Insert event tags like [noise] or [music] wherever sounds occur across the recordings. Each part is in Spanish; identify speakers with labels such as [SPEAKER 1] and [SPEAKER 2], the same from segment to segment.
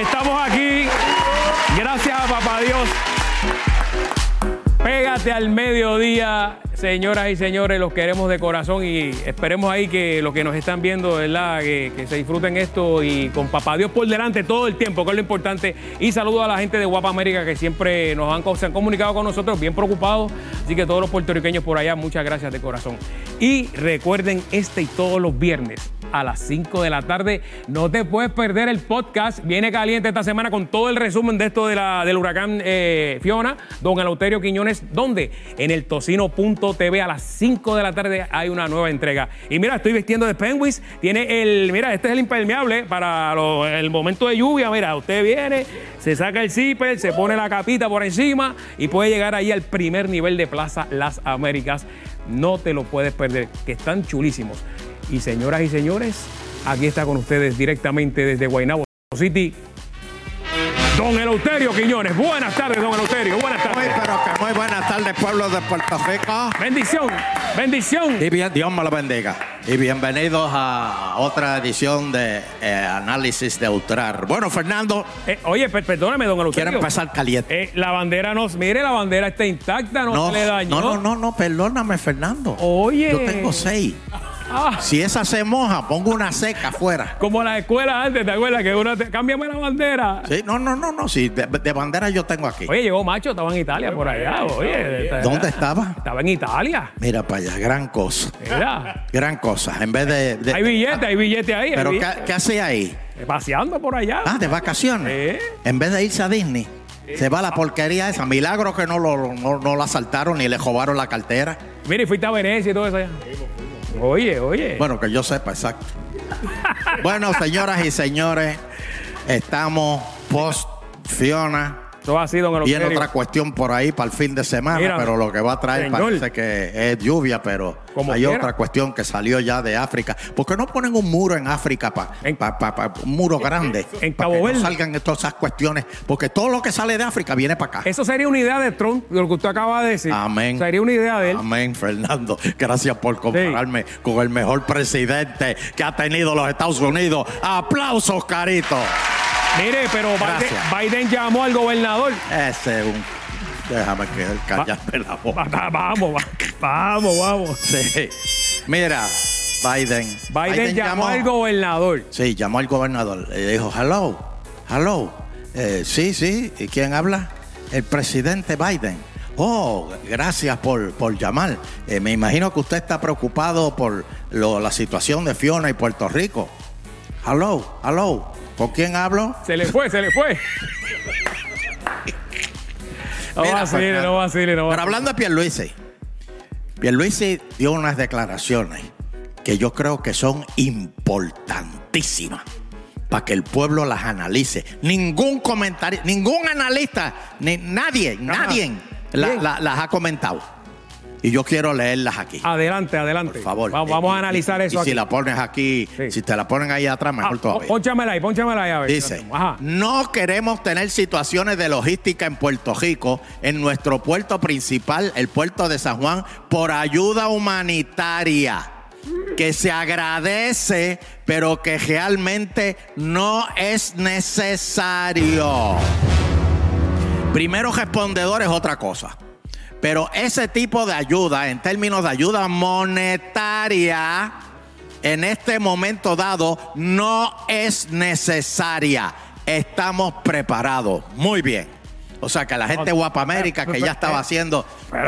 [SPEAKER 1] estamos aquí. Gracias a Papá Dios. Pégate al mediodía, señoras y señores, los queremos de corazón y esperemos ahí que los que nos están viendo, ¿verdad? Que, que se disfruten esto y con Papá Dios por delante todo el tiempo, que es lo importante. Y saludo a la gente de Guapa América que siempre nos han, se han comunicado con nosotros, bien preocupados. Así que todos los puertorriqueños por allá, muchas gracias de corazón. Y recuerden este y todos los viernes a las 5 de la tarde. No te puedes perder el podcast. Viene caliente esta semana con todo el resumen de esto de la, del huracán eh, Fiona. Don Eleuterio Quiñones, ¿dónde? En el tocino.tv a las 5 de la tarde hay una nueva entrega. Y mira, estoy vistiendo de Penguins. Tiene el, mira, este es el impermeable para lo- el momento de lluvia. Mira, usted viene, se saca el zipper, se pone la capita por encima y puede llegar ahí al primer nivel de Plaza Las Américas. No te lo puedes perder, que están chulísimos. Y señoras y señores, aquí está con ustedes directamente desde Guaynabo City, don Eleuterio Quiñones. Buenas tardes, don Eleuterio. Buenas
[SPEAKER 2] Muy,
[SPEAKER 1] tardes.
[SPEAKER 2] pero que muy buenas tardes, pueblo de Puerto Rico.
[SPEAKER 1] Bendición, bendición.
[SPEAKER 2] Y bien, Dios me lo bendiga. Y bienvenidos a otra edición de eh, Análisis de Ultrar. Bueno, Fernando,
[SPEAKER 1] Eh, oye, per- perdóname, don
[SPEAKER 2] quiero
[SPEAKER 1] Eleuterio.
[SPEAKER 2] empezar caliente.
[SPEAKER 1] Eh, la bandera nos, mire, la bandera está intacta, no,
[SPEAKER 2] No,
[SPEAKER 1] se le dañó.
[SPEAKER 2] no, no, no, no, perdóname, Fernando.
[SPEAKER 1] Oye.
[SPEAKER 2] Yo tengo seis.
[SPEAKER 1] Ah,
[SPEAKER 2] Si esa se moja, pongo una seca afuera.
[SPEAKER 1] como la escuela antes, ¿te acuerdas? Que una te- cámbiame la bandera.
[SPEAKER 2] Sí, no, no, no, no. Sí, de, de bandera yo tengo aquí.
[SPEAKER 1] Oye, llegó Macho, estaba en Italia por allá, oye. está-
[SPEAKER 2] ¿Dónde estaba?
[SPEAKER 1] Estaba en Italia.
[SPEAKER 2] Mira para allá, gran cosa. [laughs]
[SPEAKER 1] Mira.
[SPEAKER 2] Gran cosa. En vez de. de-
[SPEAKER 1] Hay billete, hay billete ahí. hay
[SPEAKER 2] Pero,
[SPEAKER 1] billete.
[SPEAKER 2] ¿qué, qué hacía ahí?
[SPEAKER 1] Eh, paseando por allá.
[SPEAKER 2] Ah, de vacaciones.
[SPEAKER 1] Eh.
[SPEAKER 2] En vez de irse a Disney, se va a la porquería esa. Milagro que no lo, no, no la asaltaron ni le robaron la cartera.
[SPEAKER 1] Mire, fuiste a Venecia y todo eso allá. Oye, oye.
[SPEAKER 2] Bueno, que yo sepa, exacto. bueno, señoras y señores, estamos post Fiona.
[SPEAKER 1] todo así, don
[SPEAKER 2] Viene
[SPEAKER 1] Eleuterio.
[SPEAKER 2] otra cuestión por ahí para el fin de semana,
[SPEAKER 1] Mira,
[SPEAKER 2] pero lo que va a traer
[SPEAKER 1] señor.
[SPEAKER 2] parece que es lluvia, pero
[SPEAKER 1] Como
[SPEAKER 2] hay
[SPEAKER 1] quiera.
[SPEAKER 2] otra cuestión que salió ya de África. ¿Por qué no ponen un muro en África, pa,
[SPEAKER 1] En-
[SPEAKER 2] pa- pa- pa- un muro grande?
[SPEAKER 1] en
[SPEAKER 2] pa'
[SPEAKER 1] Cabo
[SPEAKER 2] que no
[SPEAKER 1] Verde.
[SPEAKER 2] salgan todas esas cuestiones, porque todo lo que sale de África viene para acá.
[SPEAKER 1] Eso sería una idea de Trump, de lo que usted acaba de decir.
[SPEAKER 2] Amén.
[SPEAKER 1] Sería una idea de él.
[SPEAKER 2] Amén, Fernando. Gracias por compararme con el mejor presidente que ha tenido los Estados Unidos. Aplausos, carito.
[SPEAKER 1] Mire, pero Biden,
[SPEAKER 2] Gracias.
[SPEAKER 1] Biden llamó al gobernador.
[SPEAKER 2] Ese es un... Déjame que callarme la
[SPEAKER 1] Va-
[SPEAKER 2] boca.
[SPEAKER 1] va- vamos, va- vamos, vamos.
[SPEAKER 2] Sí. Mira, Biden.
[SPEAKER 1] Biden, llamó, al gobernador.
[SPEAKER 2] Sí, llamó al gobernador. Le dijo, hello, hello. Eh, sí, sí. ¿Y quién habla? El presidente Biden. Oh, gracias por, por llamar. Eh, me imagino que usted está preocupado por lo- la situación de Fiona y Puerto Rico. Hello, hello. ¿Con quién hablo?
[SPEAKER 1] Se le fue, se le fue. No
[SPEAKER 2] Mira,
[SPEAKER 1] vacile,
[SPEAKER 2] Fernando.
[SPEAKER 1] no vacile, no
[SPEAKER 2] Pero
[SPEAKER 1] vacile.
[SPEAKER 2] hablando de Pierluisi, Pierluisi dio unas declaraciones que yo creo que son importantísimas para que el pueblo las analice. Ningún comentario, ningún analista, ni nadie, nadie la-
[SPEAKER 1] Bien.
[SPEAKER 2] la- las ha comentado. Y yo quiero leerlas aquí.
[SPEAKER 1] Adelante, adelante.
[SPEAKER 2] Por favor.
[SPEAKER 1] Vamos, Ah, vamos
[SPEAKER 2] Y-
[SPEAKER 1] a
[SPEAKER 2] y-
[SPEAKER 1] analizar
[SPEAKER 2] y
[SPEAKER 1] eso aquí.
[SPEAKER 2] Si
[SPEAKER 1] Ah,
[SPEAKER 2] la pones aquí,
[SPEAKER 1] Sí.
[SPEAKER 2] si te la ponen ahí atrás, mejor
[SPEAKER 1] Ah,
[SPEAKER 2] todavía.
[SPEAKER 1] Pónchamela ahí, pónchamela ahí, a ver.
[SPEAKER 2] Dice,
[SPEAKER 1] Ajá.
[SPEAKER 2] no queremos tener situaciones de logística en Puerto Rico, en nuestro puerto principal, el puerto de San Juan, por ayuda humanitaria, que se agradece, pero que realmente no es necesario. Primero respondedor es otra cosa. Pero ese tipo de ayuda, en términos de ayuda monetaria, en este momento dado, no es necesaria. Estamos preparados. Muy bien. O sea que la gente guapa América que ya
[SPEAKER 1] eh,
[SPEAKER 2] estaba haciendo,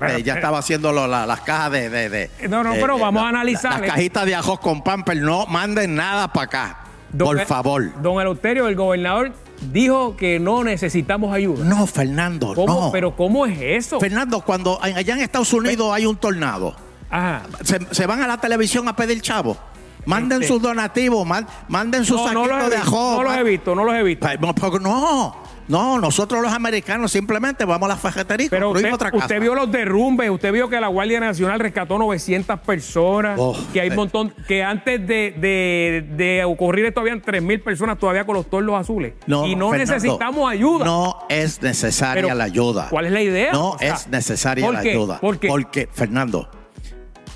[SPEAKER 2] este, ya estaba haciendo lo- la- las cajas de, de- de-
[SPEAKER 1] No, no,
[SPEAKER 2] de-
[SPEAKER 1] pero
[SPEAKER 2] de-
[SPEAKER 1] vamos a
[SPEAKER 2] la-
[SPEAKER 1] analizar,
[SPEAKER 2] Las
[SPEAKER 1] eh.
[SPEAKER 2] cajitas de ajos con pamper, no manden nada para acá.
[SPEAKER 1] Don- E-
[SPEAKER 2] Por favor.
[SPEAKER 1] Don Eleuterio, el gobernador dijo que no necesitamos ayuda.
[SPEAKER 2] No, Fernando,
[SPEAKER 1] ¿Cómo?
[SPEAKER 2] no.
[SPEAKER 1] ¿Pero cómo es eso?
[SPEAKER 2] Fernando, cuando en- allá en Estados Unidos hay un tornado,
[SPEAKER 1] Ajá.
[SPEAKER 2] se, se van a la televisión a pedir chavo. Manden
[SPEAKER 1] Este.
[SPEAKER 2] sus donativos, man- manden sus
[SPEAKER 1] No, no
[SPEAKER 2] saquitos
[SPEAKER 1] los, he
[SPEAKER 2] de
[SPEAKER 1] visto,
[SPEAKER 2] ajo.
[SPEAKER 1] no los he
[SPEAKER 2] man-
[SPEAKER 1] visto, no los he visto.
[SPEAKER 2] Pa- No, pero no, no, nosotros los americanos simplemente vamos a la fajetería y
[SPEAKER 1] Pero usted,
[SPEAKER 2] construimos otra casa.
[SPEAKER 1] usted vio los derrumbes, usted vio que la Guardia Nacional rescató 900 personas,
[SPEAKER 2] Oh,
[SPEAKER 1] que hay un
[SPEAKER 2] eh.
[SPEAKER 1] montón, que antes de, de- de ocurrir esto habían 3.000 personas todavía con los torlos azules. y no
[SPEAKER 2] Fernando,
[SPEAKER 1] necesitamos ayuda.
[SPEAKER 2] No es necesaria
[SPEAKER 1] Pero,
[SPEAKER 2] la ayuda.
[SPEAKER 1] ¿cuál es la idea?
[SPEAKER 2] No
[SPEAKER 1] O sea,
[SPEAKER 2] es necesaria
[SPEAKER 1] ¿por
[SPEAKER 2] la
[SPEAKER 1] qué?
[SPEAKER 2] ayuda.
[SPEAKER 1] ¿Por qué?
[SPEAKER 2] Porque, Fernando,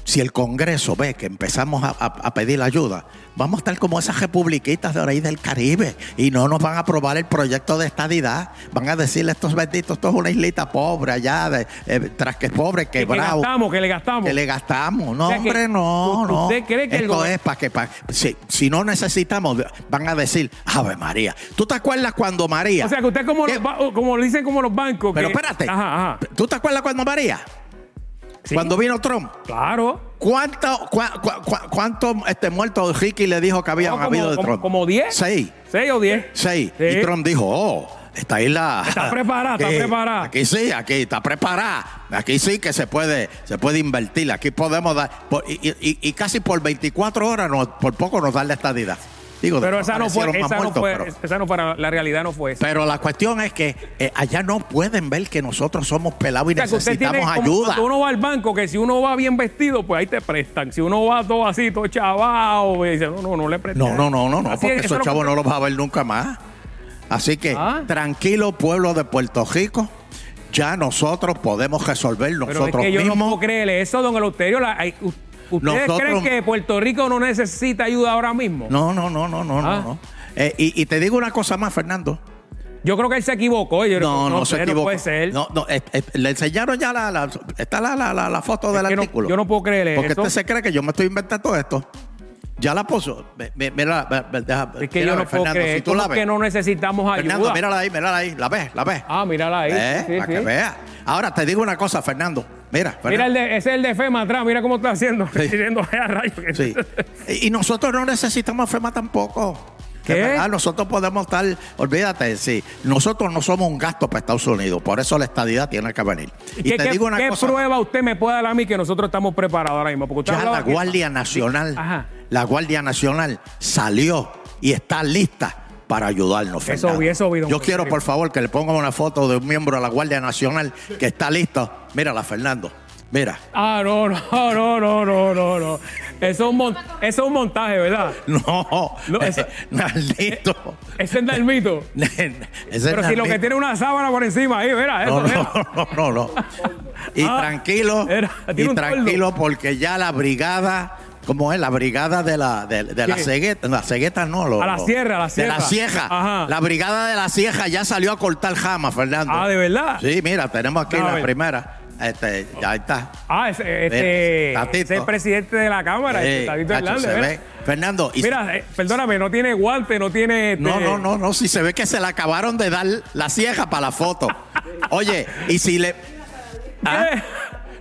[SPEAKER 2] si el Congreso ve que empezamos a, a- a pedir ayuda, vamos a estar como esas republiquitas de ahí del Caribe y no nos van a aprobar el proyecto de estadidad. Van a decirle estos benditos, esto es una islita pobre allá, de, eh, tras que es pobre,
[SPEAKER 1] Que, que
[SPEAKER 2] quebrado.
[SPEAKER 1] gastamos, que le gastamos.
[SPEAKER 2] Que le gastamos. No,
[SPEAKER 1] O sea que
[SPEAKER 2] hombre, no,
[SPEAKER 1] u-
[SPEAKER 2] no.
[SPEAKER 1] ¿usted cree que el
[SPEAKER 2] Esto
[SPEAKER 1] gober-
[SPEAKER 2] es para que... pa- si, si no necesitamos, van a decir, Ave María. ¿Tú te acuerdas cuando María...
[SPEAKER 1] O sea, que usted como,
[SPEAKER 2] ¿Qué?
[SPEAKER 1] los ba- como lo dicen como los bancos.
[SPEAKER 2] Eh. Pero
[SPEAKER 1] que-
[SPEAKER 2] espérate.
[SPEAKER 1] Ajá, ajá.
[SPEAKER 2] ¿Tú te acuerdas cuando María?
[SPEAKER 1] Sí,
[SPEAKER 2] Cuando vino Trump.
[SPEAKER 1] Claro.
[SPEAKER 2] ¿Cuánto, cua- cua- cua- cuánto, este muerto Ricky le dijo que habían
[SPEAKER 1] No, como-
[SPEAKER 2] habido de
[SPEAKER 1] como-
[SPEAKER 2] Trump?
[SPEAKER 1] como 10.
[SPEAKER 2] Seis.
[SPEAKER 1] 6 o 10.
[SPEAKER 2] Seis.
[SPEAKER 1] Sí.
[SPEAKER 2] Y Trump dijo, oh, está ahí la... [laughs]
[SPEAKER 1] Está preparada, Ah, está
[SPEAKER 2] Aquí-
[SPEAKER 1] preparada.
[SPEAKER 2] Aquí Ah, sí, aquí está preparada. Aquí sí que se puede, se puede invertir. Aquí podemos dar... por- y, y- y casi por 24 horas, nos- por poco nos dan la estadidad. Digo,
[SPEAKER 1] Pero esa no fue,
[SPEAKER 2] aparecieron más
[SPEAKER 1] esa no
[SPEAKER 2] muertos,
[SPEAKER 1] fue,
[SPEAKER 2] pero-
[SPEAKER 1] esa no fue, la la realidad no fue esa.
[SPEAKER 2] pero la cuestión es que eh, allá no pueden ver que nosotros somos pelados y
[SPEAKER 1] O sea, que usted tiene
[SPEAKER 2] necesitamos
[SPEAKER 1] como
[SPEAKER 2] ayuda.
[SPEAKER 1] cuando uno va al banco, que si uno va bien vestido, pues ahí te prestan. Si uno va todo así, todo chavao, y dice, no, no, no le prestan.
[SPEAKER 2] No, no, no, no, no,
[SPEAKER 1] Así
[SPEAKER 2] porque
[SPEAKER 1] es, eso
[SPEAKER 2] esos
[SPEAKER 1] es lo
[SPEAKER 2] chavos
[SPEAKER 1] que-
[SPEAKER 2] no los va a ver nunca más. Así que,
[SPEAKER 1] Ah.
[SPEAKER 2] tranquilo, pueblo de Puerto Rico, ya nosotros podemos resolver
[SPEAKER 1] Pero
[SPEAKER 2] nosotros
[SPEAKER 1] es que yo no
[SPEAKER 2] mismos.
[SPEAKER 1] puedo creerle eso, don Eleuterio. La, hay- u- ¿Ustedes
[SPEAKER 2] Nosotros-
[SPEAKER 1] creen que Puerto Rico no necesita ayuda ahora mismo?
[SPEAKER 2] No, no, no, no, no,
[SPEAKER 1] Ah.
[SPEAKER 2] no, no. Eh, y, y te digo una cosa más, Fernando.
[SPEAKER 1] Yo creo que él se equivocó. Yo creo
[SPEAKER 2] No,
[SPEAKER 1] que
[SPEAKER 2] no, se
[SPEAKER 1] pero
[SPEAKER 2] equivocó.
[SPEAKER 1] No puede ser.
[SPEAKER 2] No, no, eh, eh, le enseñaron ya la, la- está la, la- la- la foto del
[SPEAKER 1] que no-
[SPEAKER 2] artículo.
[SPEAKER 1] yo no puedo creer
[SPEAKER 2] Porque
[SPEAKER 1] eso.
[SPEAKER 2] usted se cree que yo me estoy inventando esto. Ya la puso. Ve- ve- Mira, ve- ve- deja-
[SPEAKER 1] es que
[SPEAKER 2] mira,
[SPEAKER 1] yo no puedo
[SPEAKER 2] ve, Fernando,
[SPEAKER 1] creer.
[SPEAKER 2] si tú
[SPEAKER 1] ¿Cómo
[SPEAKER 2] la ves.
[SPEAKER 1] que no necesitamos ayuda?
[SPEAKER 2] Fernando, mírala ahí, mírala ahí. La ves, la ves.
[SPEAKER 1] Ah, mírala ahí.
[SPEAKER 2] Eh,
[SPEAKER 1] Sí,
[SPEAKER 2] para
[SPEAKER 1] sí.
[SPEAKER 2] que vea. Ahora te digo una cosa, Fernando. Mira,
[SPEAKER 1] Mira,
[SPEAKER 2] Fernando.
[SPEAKER 1] el de- ese es el de FEMA atrás. Mira cómo está haciendo.
[SPEAKER 2] Sí.
[SPEAKER 1] [laughs] Diciendo, "Vea, rayos, que-
[SPEAKER 2] Sí. [laughs] Y y nosotros no necesitamos FEMA tampoco. De
[SPEAKER 1] ¿Qué?
[SPEAKER 2] verdad, nosotros podemos estar, olvídate, sí, nosotros no somos un gasto para Estados Unidos, por eso la estadidad tiene que venir.
[SPEAKER 1] ¿Y
[SPEAKER 2] Y
[SPEAKER 1] qué,
[SPEAKER 2] te
[SPEAKER 1] qué-
[SPEAKER 2] digo una
[SPEAKER 1] qué
[SPEAKER 2] cosa,
[SPEAKER 1] prueba usted me puede dar a mí que nosotros estamos preparados ahora mismo? Porque usted
[SPEAKER 2] ya
[SPEAKER 1] hablaba
[SPEAKER 2] la
[SPEAKER 1] aquí-
[SPEAKER 2] Guardia Nacional,
[SPEAKER 1] Ajá.
[SPEAKER 2] la Guardia Nacional salió y está lista para ayudarnos.
[SPEAKER 1] Eso
[SPEAKER 2] Fernando.
[SPEAKER 1] vi, eso vi, don
[SPEAKER 2] Yo quiero,
[SPEAKER 1] Porfirio.
[SPEAKER 2] por favor, que le pongan una foto de un miembro de la Guardia Nacional que está listo. Mírala, Fernando. Mira. [laughs]
[SPEAKER 1] Ah, no, no, no, no, no, no. no. Eso es un, mon- eso es un montaje, ¿verdad?
[SPEAKER 2] No,
[SPEAKER 1] No, eso-
[SPEAKER 2] [laughs]
[SPEAKER 1] [laughs]
[SPEAKER 2] Naldito.
[SPEAKER 1] Ese es el mito.
[SPEAKER 2] Ese
[SPEAKER 1] Pero si lo que
[SPEAKER 2] Naldito.
[SPEAKER 1] tiene una sábana por encima ahí, mira, eso,
[SPEAKER 2] No,
[SPEAKER 1] mira.
[SPEAKER 2] no, no, no, no. Y
[SPEAKER 1] Ah,
[SPEAKER 2] tranquilo,
[SPEAKER 1] era-
[SPEAKER 2] y
[SPEAKER 1] tiene un
[SPEAKER 2] tranquilo, porque ya la brigada, ¿cómo es? La brigada de la, de, de la
[SPEAKER 1] ¿Qué?
[SPEAKER 2] cegueta, la cegueta no, lo-
[SPEAKER 1] A la
[SPEAKER 2] lo-
[SPEAKER 1] sierra, a la
[SPEAKER 2] De
[SPEAKER 1] sierra.
[SPEAKER 2] la sieja.
[SPEAKER 1] Ajá.
[SPEAKER 2] La brigada de la sieja ya salió a cortar jama, Fernando.
[SPEAKER 1] Ah, ¿de verdad? Ah,
[SPEAKER 2] Sí, mira, tenemos aquí
[SPEAKER 1] No, a
[SPEAKER 2] la
[SPEAKER 1] ver.
[SPEAKER 2] primera. Este, ya está.
[SPEAKER 1] Ah, ese, este,
[SPEAKER 2] Mira, Tatito.
[SPEAKER 1] ese es el presidente de la Cámara,
[SPEAKER 2] Sí,
[SPEAKER 1] este, Tatito
[SPEAKER 2] chacho, Eh, se
[SPEAKER 1] Hernández.
[SPEAKER 2] ve. Fernando, y-
[SPEAKER 1] Mira, Mira, eh, perdóname, no tiene guante, no tiene... este,
[SPEAKER 2] No, no, no, no. Si se ve que se le acabaron de dar la sieja para la foto. Oye, y si le. ¿Ah?
[SPEAKER 1] ¿Qué?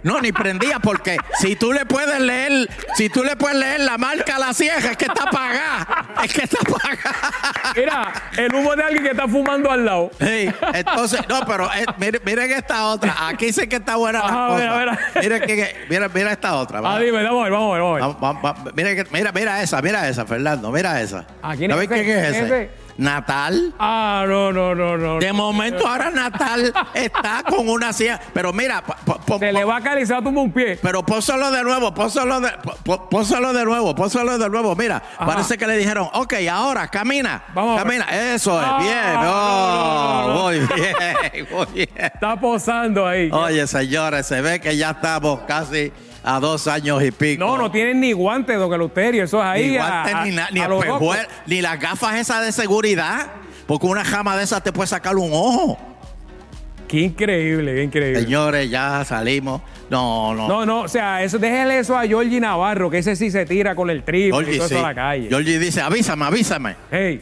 [SPEAKER 2] No, ni prendía, porque si tú le puedes leer, si tú le puedes leer la marca a la sieja, es que está apagada. Es que está apagada.
[SPEAKER 1] [laughs] Mira, el humo de alguien que está fumando al
[SPEAKER 2] [laughs]
[SPEAKER 1] lado.
[SPEAKER 2] Sí, entonces, no, pero eh, miren, miren esta otra. Aquí sé que está buena
[SPEAKER 1] Ajá,
[SPEAKER 2] la cosa.
[SPEAKER 1] mira, mira.
[SPEAKER 2] Miren que- mira, mira esta otra. va.
[SPEAKER 1] Ah, dime, vamos a ver, vamos a ver, vamos a ver.
[SPEAKER 2] Va- va- va- mira, que- mira, mira esa, mira esa, Fernando, mira esa.
[SPEAKER 1] Ah, ¿quién es
[SPEAKER 2] ¿Sabes
[SPEAKER 1] ese?
[SPEAKER 2] quién es
[SPEAKER 1] ¿Quién es
[SPEAKER 2] ese?
[SPEAKER 1] ese?
[SPEAKER 2] Natal.
[SPEAKER 1] Ah, no, no, no, no.
[SPEAKER 2] De momento ahora Natal está con una silla. Pero mira, po- po- po-
[SPEAKER 1] Se le va a calizar como un pie.
[SPEAKER 2] pero pónselo de nuevo, pónselo de, po- pónselo de nuevo, pónselo de nuevo. Mira, parece que le dijeron, ok, ahora camina.
[SPEAKER 1] Vamos a ver.
[SPEAKER 2] camina. Eso es,
[SPEAKER 1] Ah,
[SPEAKER 2] bien.
[SPEAKER 1] no, no, no,
[SPEAKER 2] Oh,
[SPEAKER 1] no.
[SPEAKER 2] muy bien, muy
[SPEAKER 1] [laughs]
[SPEAKER 2] bien.
[SPEAKER 1] Está posando ahí.
[SPEAKER 2] Oye, señores, se ve que ya estamos casi a dos años y pico.
[SPEAKER 1] no, no tienen ni guantes, don Eleuterio. Eso es ahí.
[SPEAKER 2] oh. Ni
[SPEAKER 1] a-
[SPEAKER 2] guantes,
[SPEAKER 1] a-
[SPEAKER 2] ni, na- ni
[SPEAKER 1] a lo loco.
[SPEAKER 2] espejuel- ni las gafas esas de seguridad, porque una jama de esas te puede sacar un ojo.
[SPEAKER 1] Qué increíble, qué increíble.
[SPEAKER 2] Señores, ya salimos. No, no.
[SPEAKER 1] No, no, o sea, eso, déjele eso a Georgie Navarro, que ese sí se tira con el triple y
[SPEAKER 2] Georgie,
[SPEAKER 1] todo eso
[SPEAKER 2] sí.
[SPEAKER 1] a la calle.
[SPEAKER 2] Georgie dice, avísame, avísame.
[SPEAKER 1] Hey.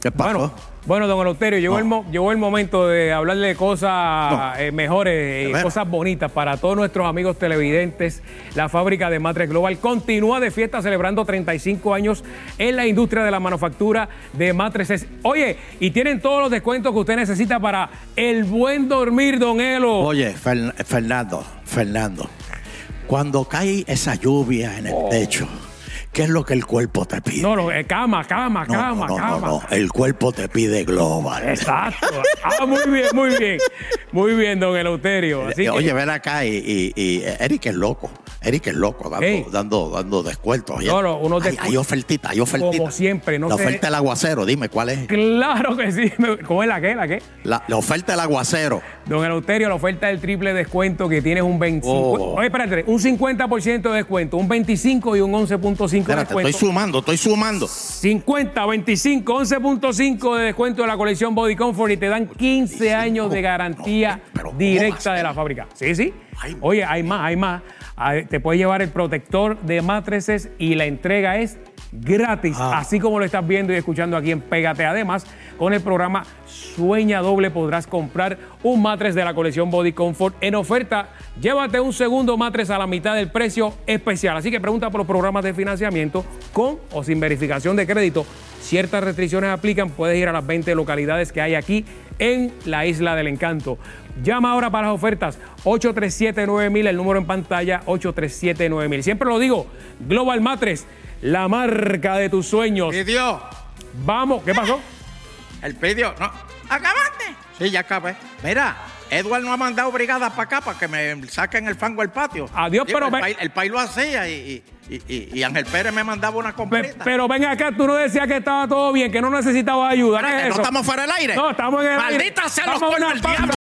[SPEAKER 2] ¿Qué pasó?
[SPEAKER 1] Bueno, bueno, don Eleuterio, llegó,
[SPEAKER 2] No.
[SPEAKER 1] el mo- llegó el momento de hablarle de cosas
[SPEAKER 2] No.
[SPEAKER 1] eh, mejores, eh,
[SPEAKER 2] veras.
[SPEAKER 1] cosas bonitas para todos nuestros amigos televidentes. La fábrica de Matres Global continúa de fiesta celebrando 35 años en la industria de la manufactura de matres. Oye, y tienen todos los descuentos que usted necesita para el buen dormir, don Elo.
[SPEAKER 2] Oye, Fer- Fernando, Fernando, cuando cae esa lluvia en el techo, ¿qué es lo que el cuerpo te pide?
[SPEAKER 1] Oh. No, no, eh, cama, cama,
[SPEAKER 2] No,
[SPEAKER 1] cama,
[SPEAKER 2] no, no,
[SPEAKER 1] cama.
[SPEAKER 2] no, no. El cuerpo te pide global.
[SPEAKER 1] Exacto. Ah, muy bien, muy bien. Muy bien, don Eleuterio. Así
[SPEAKER 2] Eh,
[SPEAKER 1] que-
[SPEAKER 2] Oye, ven acá y, y- y, eh, Eric es loco. Eric es loco, dando,
[SPEAKER 1] Ey.
[SPEAKER 2] dando, dando descuentos.
[SPEAKER 1] No, no, unos
[SPEAKER 2] hay,
[SPEAKER 1] descu-
[SPEAKER 2] hay ofertita, hay ofertita.
[SPEAKER 1] Como siempre, no
[SPEAKER 2] La
[SPEAKER 1] sé-
[SPEAKER 2] oferta del aguacero, dime cuál es.
[SPEAKER 1] Claro que sí. ¿Cómo es la que? ¿La qué?
[SPEAKER 2] La, la oferta del aguacero.
[SPEAKER 1] Don Eleuterio, la oferta del triple descuento que tienes un 25.
[SPEAKER 2] Oh.
[SPEAKER 1] Oye, espérate, un 50% de descuento, un 25 y un 11.5 de
[SPEAKER 2] Espérate,
[SPEAKER 1] descuento.
[SPEAKER 2] estoy sumando, estoy sumando.
[SPEAKER 1] 50, 25, 11.5 de descuento de la colección Body Comfort y te dan 15 años de garantía
[SPEAKER 2] pero ¿cómo
[SPEAKER 1] directa
[SPEAKER 2] va a
[SPEAKER 1] de la fábrica. Sí, sí.
[SPEAKER 2] Ay,
[SPEAKER 1] Oye, hay más, hay más. Ah, Te puedes llevar el protector de matrices y la entrega es gratis,
[SPEAKER 2] Ah.
[SPEAKER 1] así como lo estás viendo y escuchando aquí en Pégate. Además, con el programa Sueña Doble podrás comprar un matres de la colección Body Comfort en oferta. Llévate un segundo matres a la mitad del precio especial. Así que pregunta por los programas de financiamiento con o sin verificación de crédito. Ciertas restricciones aplican. Puedes ir a las 20 localidades que hay aquí en la Isla del Encanto. Llama ahora para las ofertas 837-9000, el número en pantalla 837-9000. Siempre lo digo, Global Matres, la marca de tus sueños.
[SPEAKER 2] Pidió,
[SPEAKER 1] Vamos, ¿qué pasó?
[SPEAKER 2] el pidió, no. ¿Acabaste? Sí, ya acabé. Mira, Edward no ha mandado brigadas para acá para que me saquen el fango del patio.
[SPEAKER 1] Adiós, pero
[SPEAKER 2] El
[SPEAKER 1] ve-
[SPEAKER 2] país el país lo hacía y, y, y- y- y Ángel Pérez me mandaba una Eh,
[SPEAKER 1] Pe-
[SPEAKER 2] completa.
[SPEAKER 1] Pero ven acá, tú no decías que estaba todo bien, que no necesitabas ayuda. ¿Qué
[SPEAKER 2] Espérate,
[SPEAKER 1] es
[SPEAKER 2] ¿No
[SPEAKER 1] eso?
[SPEAKER 2] estamos fuera del aire?
[SPEAKER 1] No, estamos en el aire.
[SPEAKER 2] Maldita sea los
[SPEAKER 1] Vamos a una
[SPEAKER 2] cuernos del
[SPEAKER 1] pausa.
[SPEAKER 2] diablo.